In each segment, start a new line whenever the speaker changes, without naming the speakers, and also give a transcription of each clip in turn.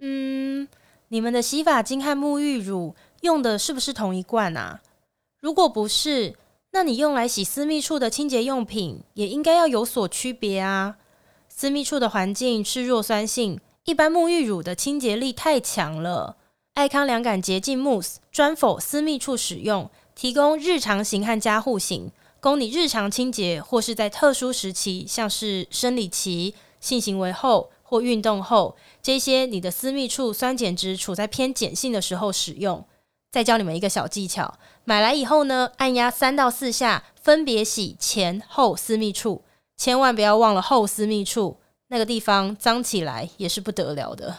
嗯你们的洗发精和沐浴乳用的是不是同一罐啊？如果不是，那你用来洗私密处的清洁用品也应该要有所区别啊。私密处的环境是弱酸性，一般沐浴乳的清洁力太强了。爱康凉感洁净慕斯专否私密处使用，提供日常型和加护型，供你日常清洁或是在特殊时期，像是生理期、性行为后或运动后这些你的私密处酸碱值处在偏碱性的时候使用。再教你们一个小技巧，买来以后呢，按压三到四下，分别洗前后私密处，千万不要忘了后私密处那个地方脏起来也是不得了的。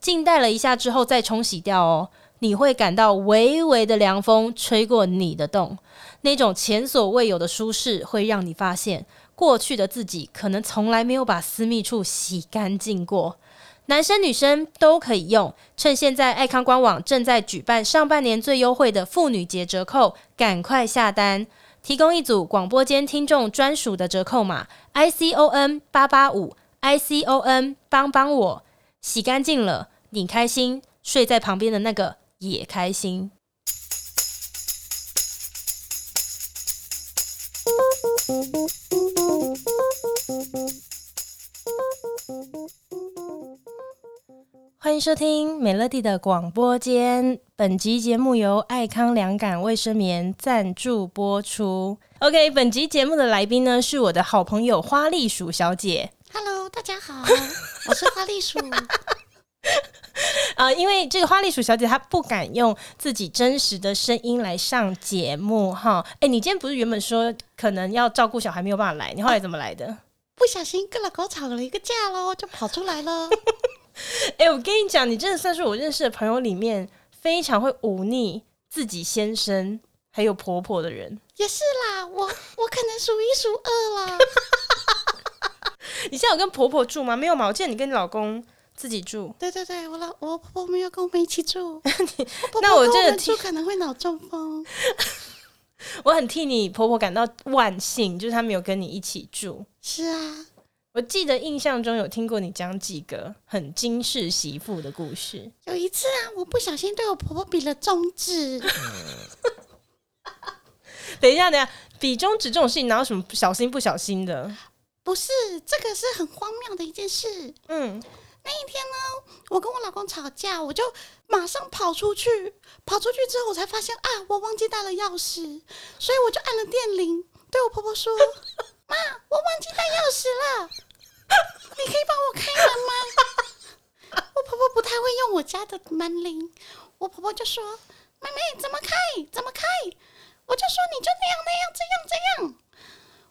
静待了一下之后再冲洗掉哦，你会感到微微的凉风吹过你的洞，那种前所未有的舒适会让你发现，过去的自己可能从来没有把私密处洗干净过。男生女生都可以用，趁现在爱康官网正在举办上半年最优惠的妇女节折扣，赶快下单！提供一组广播间听众专属的折扣码 I C O N 八八五 I C O N 帮帮我，洗干净了，你开心，睡在旁边的那个也开心。欢迎收听美乐蒂的广播间。本集节目由爱康凉感卫生棉赞助播出。OK，本集节目的来宾呢是我的好朋友花栗鼠小姐。
Hello，大家好， 我是花栗鼠。
啊、因为这个花栗鼠小姐她不敢用自己真实的声音来上节目哈。哎，你今天不是原本说可能要照顾小孩没有办法来，你后来怎么来的？
不小心跟老公吵了一个架喽，就跑出来了。
哎、我跟你讲，你真的算是我认识的朋友里面非常会忤逆自己先生还有婆婆的人。
也是啦，我我可能数一数二啦。
你现在有跟婆婆住吗？没有嘛，我记得你跟你老公自己住。
对对对，我老我婆婆没有跟我们一起 住，我婆婆
那我
跟
真的
们
听
住可能会脑中风。
我很替你婆婆感到万幸，就是她没有跟你一起住。
是啊，
我记得印象中有听过你讲几个很惊世媳妇的故事。
有一次啊，我不小心对我婆婆比了中指，
等一下，等一下，比中指这种事情哪有什么小心不小心的？
不是这个是很荒谬的一件事。
嗯，
那一天呢，我跟我老公吵架，我就马上跑出去。跑出去之后，我才发现啊，我忘记带了钥匙，所以我就按了电铃，对我婆婆说：“妈，我忘记带钥匙了，你可以帮我开门吗？” 我婆婆不太会用我家的门铃，我婆婆就说：“妹妹，怎么开？怎么开？”我就说：“你就那样那样这样这样。”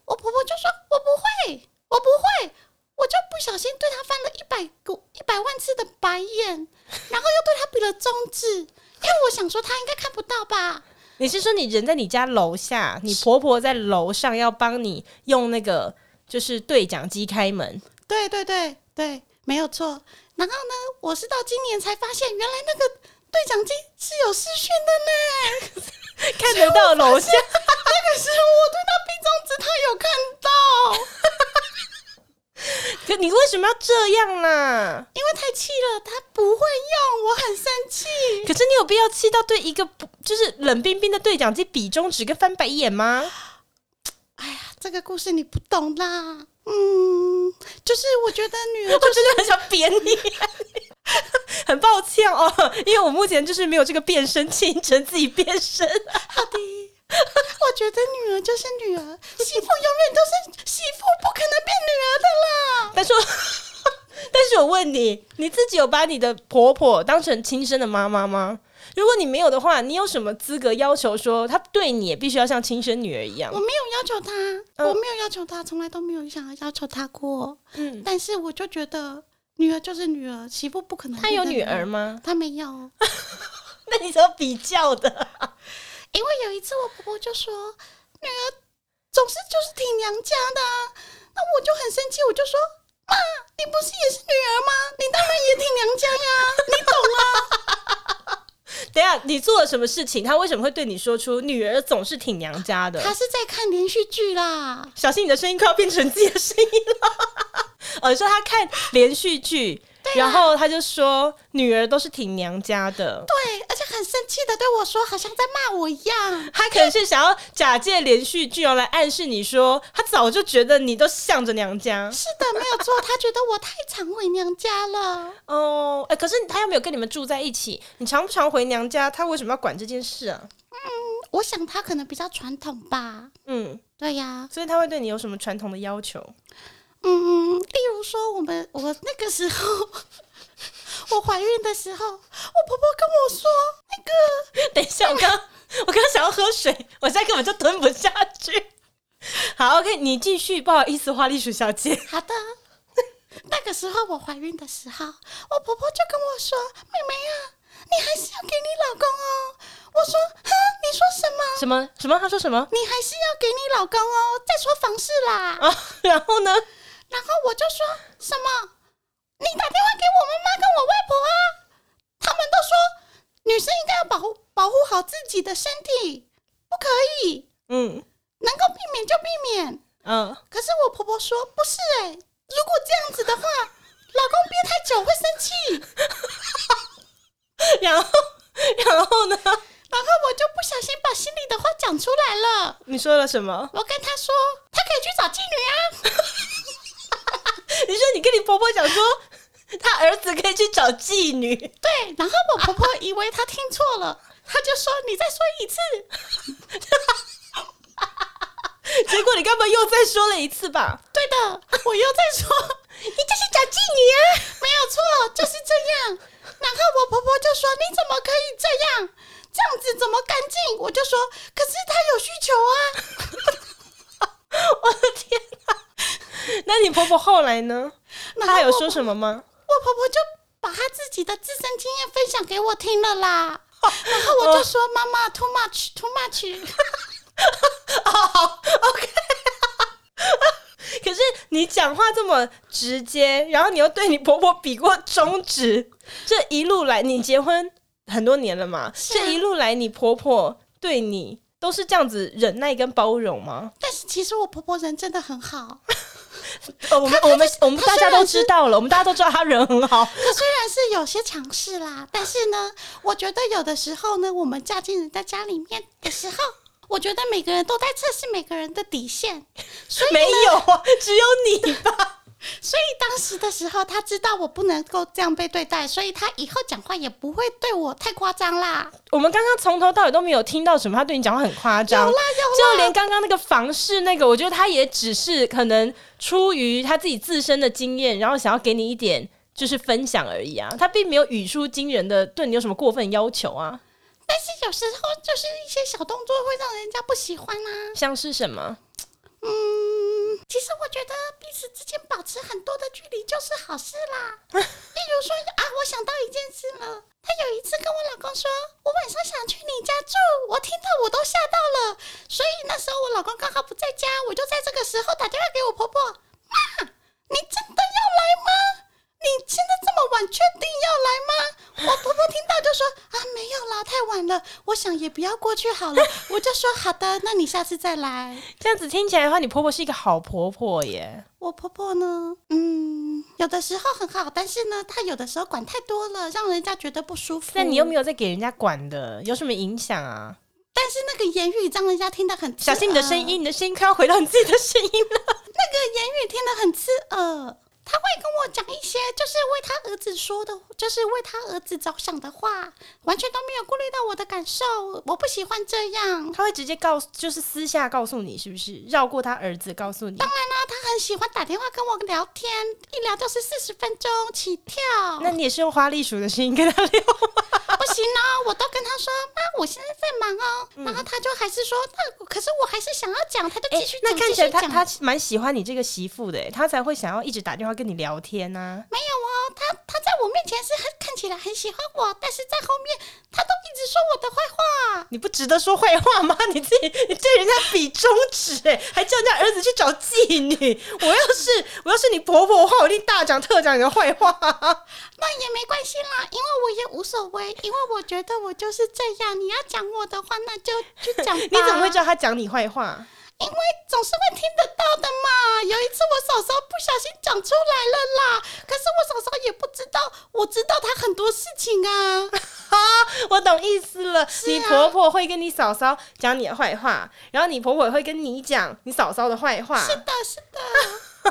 我婆婆就说：“我不会，我不会。”我就不小心对她翻了一百个一百万次的白眼，然后又对她比了中指，因为我想说她应该看不到吧。
你是说你人在你家楼下，你婆婆在楼上要帮你用那个就是对讲机开门？
对对对对，没有错。然后呢，我是到今年才发现，原来那个对讲机是有视讯的呢。
看得到楼下，
那个是我对她比中指，她有看到，
可你为什么要这样啦？
因为太气了，她不会用，我很生气。
可是你有必要气到对一个不就是冷冰冰的对讲机比中指跟翻白眼吗？
哎呀，这个故事你不懂啦。嗯，就是我觉得女 儿
我真的很想扁你， 很抱歉哦，因为我目前就是没有这个变声器，只能自己变身。
好的，我觉得女儿就是女儿，媳妇永远都是媳妇，不可能变女儿的啦。
但是我， 但是我问你，你自己有把你的婆婆当成亲生的妈妈吗？如果你没有的话，你有什么资格要求说她对你也必须要像亲生女儿一样
我？没有要求
呃
她，我没有要求她，从来都没有想要要求她过。
嗯，
但是我就觉得女儿就是女儿，媳妇不可能。
她有女儿？吗？
她没有，
那你怎么比较的？
因为有一次我婆婆就说，女儿总是就是挺娘家的啊、那我就很生气，我就说。妈，你不是也是女儿吗？你当然也挺娘家呀， 你懂啊。
等一下，你做了什么事情？她为什么会对你说出“女儿总是挺娘家的
她是在看连续剧啦”？。
小心你的声音快要变成自己的声音了。哦，你说她看连续剧，
对，
然后他就说女儿都是挺娘家的，
对，哎而且很生气的对我说，好像在骂我一样。
他可能是想要假借连续剧然后来暗示你说，他早就觉得你都向着娘家
是的，没有错，他觉得我太常回娘家了。
哦。哎、可是他又没有跟你们住在一起，你常不常回娘家？他为什么要管这件事啊？
我想他可能比较传统吧。
嗯，
对呀、
所以他会对你有什么传统的要求？
嗯，例如说，我们我那个时候， 我怀孕的时候，我婆婆跟我说，那个
等一下，我刚我刚想要喝水，我现在根本就吞不下去。 好，OK，你继续，不好意思，花栗鼠小 姐。
好的， 那个时候我怀孕的时候，我婆婆就跟我说，妹妹啊，你还是要给你老公哦。我说，哈，你说什么？
什么什么？他说什么？
你还是要给你老公哦，再说房事啦。
啊，然后呢？
然后我就说什么，你打电话给我妈妈跟我外婆啊，他们都说女生应该要保护保护好自己的身体，不可以，
嗯
能够避免就避免。
嗯、
可是我婆婆说不是哎、如果这样子的话，老公憋太久会生气。
然后 然后呢？
然后我就不小心把心里的话讲出来了，
你说了什么？
我跟她说，她可以去找妓女啊。
你说你跟你婆婆讲说，他儿子可以去找妓 女，
对，然后我婆婆以为她听错了，她就说你再说一次。
结果你干嘛又再说了一次吧？
对的，我又在说，你就是找妓女啊，没有错，就是这样。然后我婆婆就说：“你怎么可以这样？这样子怎么干净？”我就说：“可是她有需求啊。
我的天哪、那你婆婆后来呢？”
然
她还
后
有
我
说什么吗？
我婆婆就把她自己的自身经验分享给我听了啦。然后我就说：“妈妈，too much，too much。
可是你讲话这么直接，然后你又对你婆婆比过中指，这一路来你结婚很多年了嘛？
啊
这一路来你婆婆对你都是这样子忍耐跟包容吗？”
但是其实我婆婆人真的很好，
哦，我们我们我们
她
大家
虽然
都知
是
道了，我们大家都知道她人很 好。
她虽然是有些强势啦，但是呢，我觉得有的时候呢，我们嫁进人家家里面的时候，我觉得每个人都在测试每个人的底线。所以，
没有啊，只有你吧？
所以当时的时候，她知道我不能够这样被对待，所以她以后讲话也不会对我太夸张啦。
我们刚刚从头到尾都没有听到什么，他对你讲话很夸张。
有啦
就
有
连
啦，
刚刚那个房事那个，我觉得他也只是可能出于他自己自身的经验，然后想要给你一点就是分享而已啊，他并没有语出惊人的对你有什么过分要求啊，
但是有时候就是一些小动作会让人家不喜欢啊。
像是什么？
嗯，其实我觉得彼此之间保持很多的距离就是好事啦。 例如说啊，我想到一件事了，他有一次跟我老公说，我晚上想去你家住，我听到我都吓到了。所以那时候我老公刚好不在家，我就在这个时候打电话给我婆婆，妈，你真的要来吗？你现在这么晚确定要来吗？我婆婆听到就说啊，没有啦，太晚了，我想也不要过去好了。我就说好的，那你下次再来。
这样子听起来的话，你婆婆是一个好婆婆耶。
我婆婆呢，嗯，有的时候很好，但是呢，她有的时候管太多了，让人家觉得不舒服。
那你又没
有？
有在给人家管的，有什么影响啊？
但是那个言语让人家听得很刺
小心你的声
耳，
音，你的声音快要回到你自己的声音了。
那个言语听得很刺耳。她会跟我讲一些就是为她儿子说的，就是为她儿子着想的话，完全都没有顾虑到我的感受，我不喜欢这样。
她会直接告诉，就是私下告诉你，是不是绕过她儿子告诉你？
当然啦、她很喜欢打电话跟我聊天，一聊就是四十分钟起跳。
那你也是用花栗鼠的声音跟她聊吗？
不行哦，我都跟他说妈，我现在在忙哦。
嗯
然后他就还是说，那可是我还是想要讲，他就
哎、
继续讲，
那看
继
起来
续
他
讲。
他蛮喜欢你这个媳妇的欸，他才会想要一直打电话跟你聊天啊呐、
没有哦，他他在我面前是很看起来很喜欢我，但是在后面他都一直说我的坏话。
你不值得说坏话吗？ 你自己你对人家比中指，哎，还叫人家儿子去找妓女。我要是我要是你婆婆的话，我一定大讲特讲你的坏话。
那也没关系啦，因为我也无所谓，因为我觉得我就是这样。你要讲我的话，那就去讲吧。
你怎么会知道他讲你坏话？
因因为总是会听得到的嘛。有一次我嫂嫂不小心讲出来了啦，可是我嫂嫂也不知道，我知道她很多事情啊。
我懂意思了，你
啊
婆婆会跟你嫂嫂讲你的坏话，然后你婆婆也会跟你讲你嫂嫂的坏话。
是的，是的。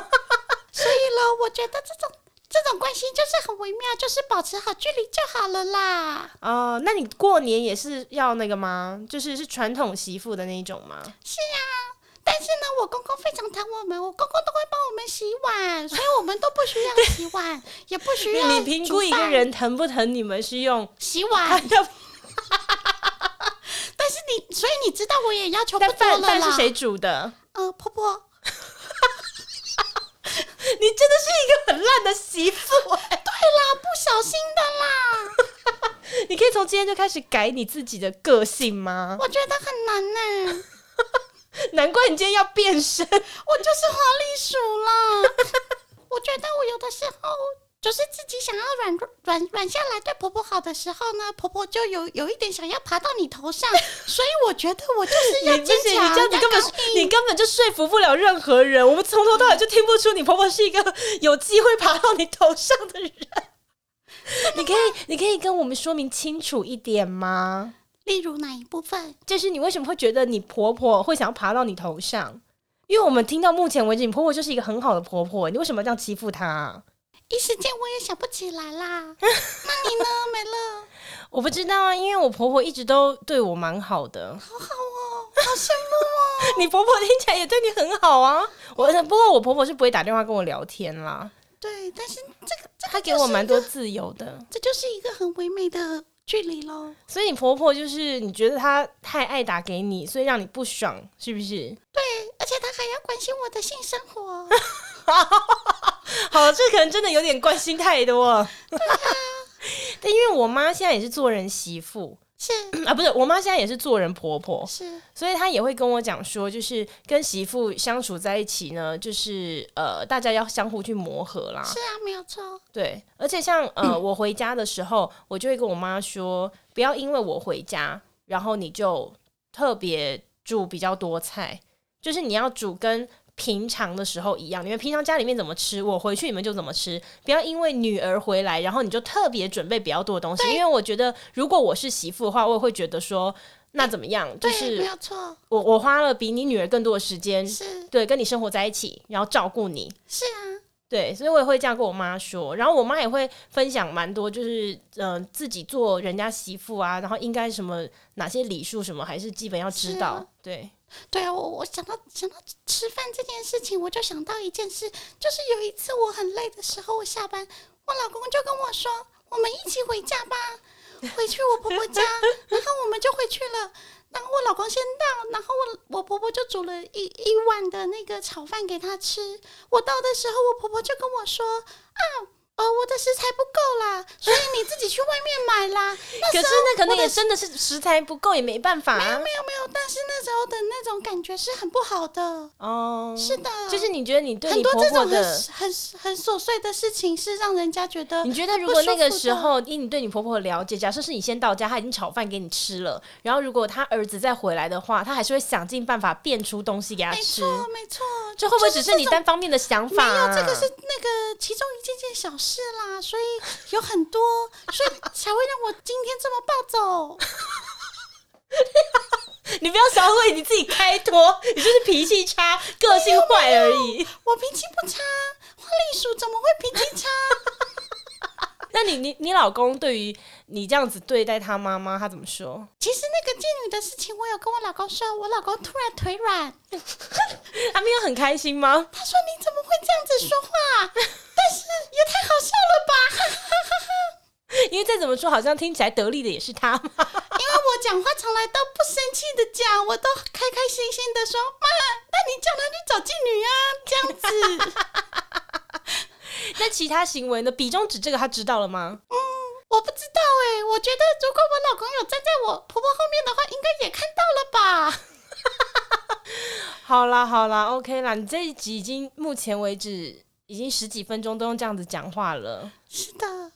所以呢，我觉得这种这种关系就是很微妙，就是保持好距离就好了啦。
哦、那你过年也是要那个吗？就是是传统媳妇的那一种吗？
是啊，但是呢，我公公非常疼我们，我公公都会帮我们洗碗，所以我们都不需要洗 碗，也不需要
你你评
煮
估一个
饭哎
人疼不疼，你们是用啊
洗
他
碗。
的
但是你，所以你知道我也要求不
但饭
多了
饭
啦
是。谁煮的？
呃，婆婆，
你真的是一个很烂的媳妇。
对啦，不小心的啦，
你可以从今天就开始改你自己的个性 吗？
我觉得很难呢、
难怪你今天要变身。
我就是花栗鼠啦。 我觉得我有的时候就是自己想要软软软下来对婆婆好的时候呢，婆婆就有有一点想要爬到你 头上，所以我觉得我就是要
你不
坚
行，你
强，
这样子
要
根本
刚
你
硬
根本就说服不了任何人。我们从头到尾就听不出你婆婆是一个有机会爬到你头上的人。你可以，你可以跟我们说明清楚一点吗？
例如哪一部分？
就是你为什么会觉得你婆婆会想要爬到你头上？因为我们听到目前为止，你婆婆就是一个很好的婆婆，你为什么要这样欺负她？
一时间我也想不起来 啦。那你呢，美乐？
我不知道啊，因为我婆婆一直都对我蛮好的。
好好哦，好羡慕哦。
你婆婆听起来也对你很好啊。我不过我婆婆是不会打电话跟我聊天啦，
对，但是这个这个
她给我蛮多自由的。
这就是一个很唯美的距离喽。
所以你婆婆就是你觉得她太爱打给你，所以让你不爽，是不是？
对，而且他还要关心我的性生 活。
好，这可能真的有点关心太多。 但因为我妈现在也是做人媳妇
是
啊，不是，我妈现在也是做人婆婆，
是，
所以她也会跟我讲说，就是跟媳妇相处在一起呢，就是呃，大家要相互去磨合啦。
是啊，没有错。
对，而且像呃，我回家的时候，我就会跟我妈说，不要因为我回家，然后你就特别煮比较多菜，就是你要煮跟平常的时候一样，你们平常家里面怎么吃，我回去你们就怎么吃，不要因为女儿回来，然后你就特别准备比较多的东西，因为我觉得如果我是媳妇的话，我也会觉得说，那怎么样，就
对，没
是
有错，
我我花了比你女儿更多的时间，
是
对，跟你生活在一起，然后照顾你，
是啊，
对，所以我也会这样跟我妈说，然后我妈也会分享蛮多，就是嗯、呃自己做人家媳妇啊，然后应该什么哪些礼数什么，还是基本要知
是
道。
啊
对，
对啊，我我想到想到吃饭这件事情，我就想到一件事，就是有一次我很累的时候，我下班，我老公就跟我说，我们一起回家吧，回去我婆婆 家，然后我们就回去了。然后我老公先到，然后我我婆婆就煮了一一碗的那个炒饭给他吃。我到的时候，我婆婆就跟我说啊。呃，我的食材不够啦，所以你自己去外面买啦。那
可
时
是
候
那可能
我的
也真的是食材不够，也没办法
没有
啊。
没有没有，但是那时候的那种感觉是很不好的。
哦，
是的，
就是你觉得你对
很
你
多
婆
这
婆
种很
的，
很很琐碎的事情，是让人家觉得
你觉得
很
如
不
果
舒
那个
服
时
的
候，因为你对你婆婆的了解，假设是你先到家，她已经炒饭给你吃了，然后如果她儿子再回来的话，她还是会想尽办法变出东西给她
没
吃。
错没错，
啊这会不会
就
只
这
是你
种
单方面的想法、
没
啊？
有，这个是那个其中一件件小事啦，所以有很多，所以才会让我今天这么暴走。
你不要想要为你自己开脱，你就是脾气差、个性坏而已。
我脾气不差，花栗鼠怎么会脾气差？
那你你你老公对于你这样子对待他妈妈，他怎么说？
其实那个妓女的事情，我有跟我老公说，我老公突然腿软，
他没有很开心吗？
他说：“你怎么会这样子说话？ 但是也太好笑了吧！哈哈哈哈
因为再怎么说，好像听起来得利的也是他嘛。
因为我讲话从来都不生气的讲，我都开开心心的说：‘妈，那你叫他去找妓女啊！’这样子，
那其他行为呢？比中指这个他知道了吗？
我不知道哎、我觉得如果我老公有站在我婆婆后面的话，应该也看到了吧？
好啦好啦，OK 啦，你这一集已经目前为止已经十几分钟都用这样子讲话了，
是的，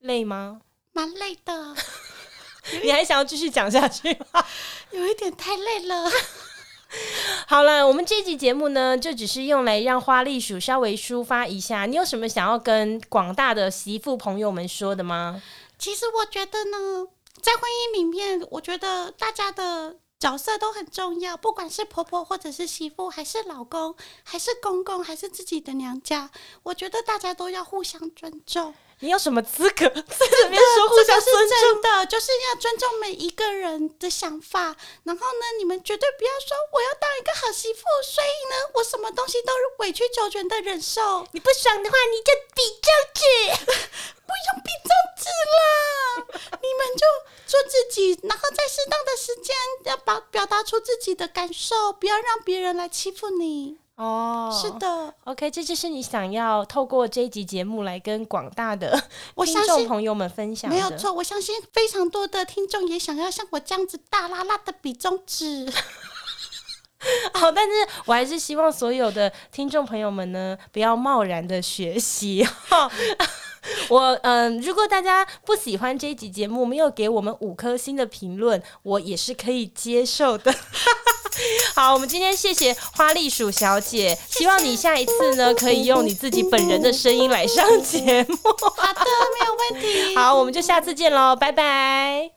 累 吗？
蛮累的，
你还想要继续讲下去吗？
有一点太累了。
好啦，我们这集节目呢，就只是用来让花栗鼠稍微抒发一下。你有什么想要跟广大的媳妇朋友们说的吗？
其实我觉得呢，在婚姻里面，我觉得大家的角色都很重要，不管是婆婆或者是媳妇，还是老公，还是公公，还是自己的娘家，我觉得大家都要互相尊重。
你有什么资格 在这边说互相
这个
尊
是
重？
真的，就是要尊重每一个人的想法。然后呢，你们绝对不要说我要当一个好媳妇，所以呢，我什么东西都是委曲求全的忍受。
你不爽的话，你就比中指。
不用比中指 啦，你们就做自己，然后在适当的时间要表表达出自己的感受，不要让别人来欺负你。
哦，
是。的，
OK，这就是你想要透过这一集节目来跟广大的
我
听
相
众
信
朋友们分享的。
没有错。我相信非常多的听众也想要像我这样子大拉拉的比中指。
好，但是我还是希望所有的听众朋友们呢，不要贸然的学习。 哈我嗯、如果大家不喜欢这一集节目，没有给我们五颗星的评论，我也是可以接受的。 好，我们今天谢谢花栗鼠小姐，希望你下一次呢可以用你自己本人的声音来上节目。
好的，没有问题。
好，我们就下次见喽，拜拜。